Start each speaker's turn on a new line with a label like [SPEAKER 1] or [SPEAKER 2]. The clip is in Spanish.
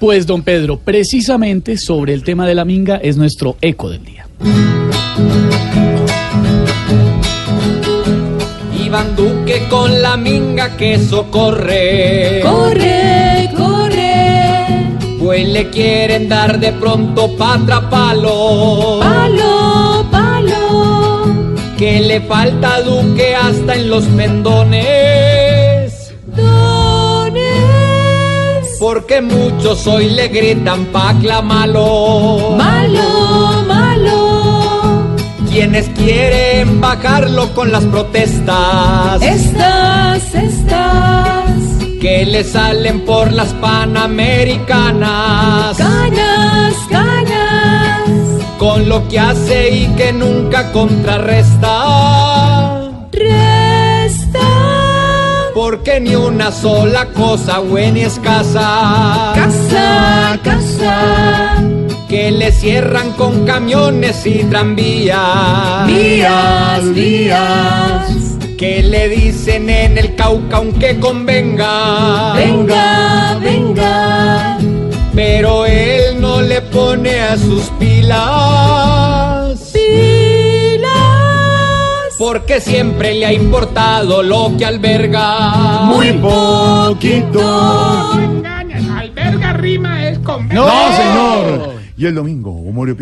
[SPEAKER 1] Pues, don Pedro, precisamente sobre el tema de la minga es nuestro eco del día.
[SPEAKER 2] Iván Duque con la minga que socorre.
[SPEAKER 3] Corre, corre,
[SPEAKER 2] Pues le quieren dar de pronto pa' atraparlo.
[SPEAKER 3] palo, palo,
[SPEAKER 2] Que le falta Duque hasta en los pendones.
[SPEAKER 3] dones,
[SPEAKER 2] Porque muchos hoy le gritan pa' aclamarlo.
[SPEAKER 3] malo, malo,
[SPEAKER 2] Quienes quieren bajarlo con las protestas.
[SPEAKER 3] estas, estas,
[SPEAKER 2] Que le salen por las panamericanas.
[SPEAKER 3] canas, canas,
[SPEAKER 2] con lo que hace y que nunca contrarresta.
[SPEAKER 3] resta,
[SPEAKER 2] Porque ni una sola cosa buena y escasa
[SPEAKER 3] casa, casa,
[SPEAKER 2] que le cierran con camiones y tranvías.
[SPEAKER 3] vías, vías,
[SPEAKER 2] Que le dicen en el Cauca aunque convenga.
[SPEAKER 3] venga, venga,
[SPEAKER 2] Pero él no le pone a sus pilas.
[SPEAKER 3] pilas,
[SPEAKER 2] Porque siempre le ha importado lo que alberga.
[SPEAKER 3] muy poquito.
[SPEAKER 4] engañan. Alberga rima es con
[SPEAKER 5] No, señor. Y el domingo, Humorio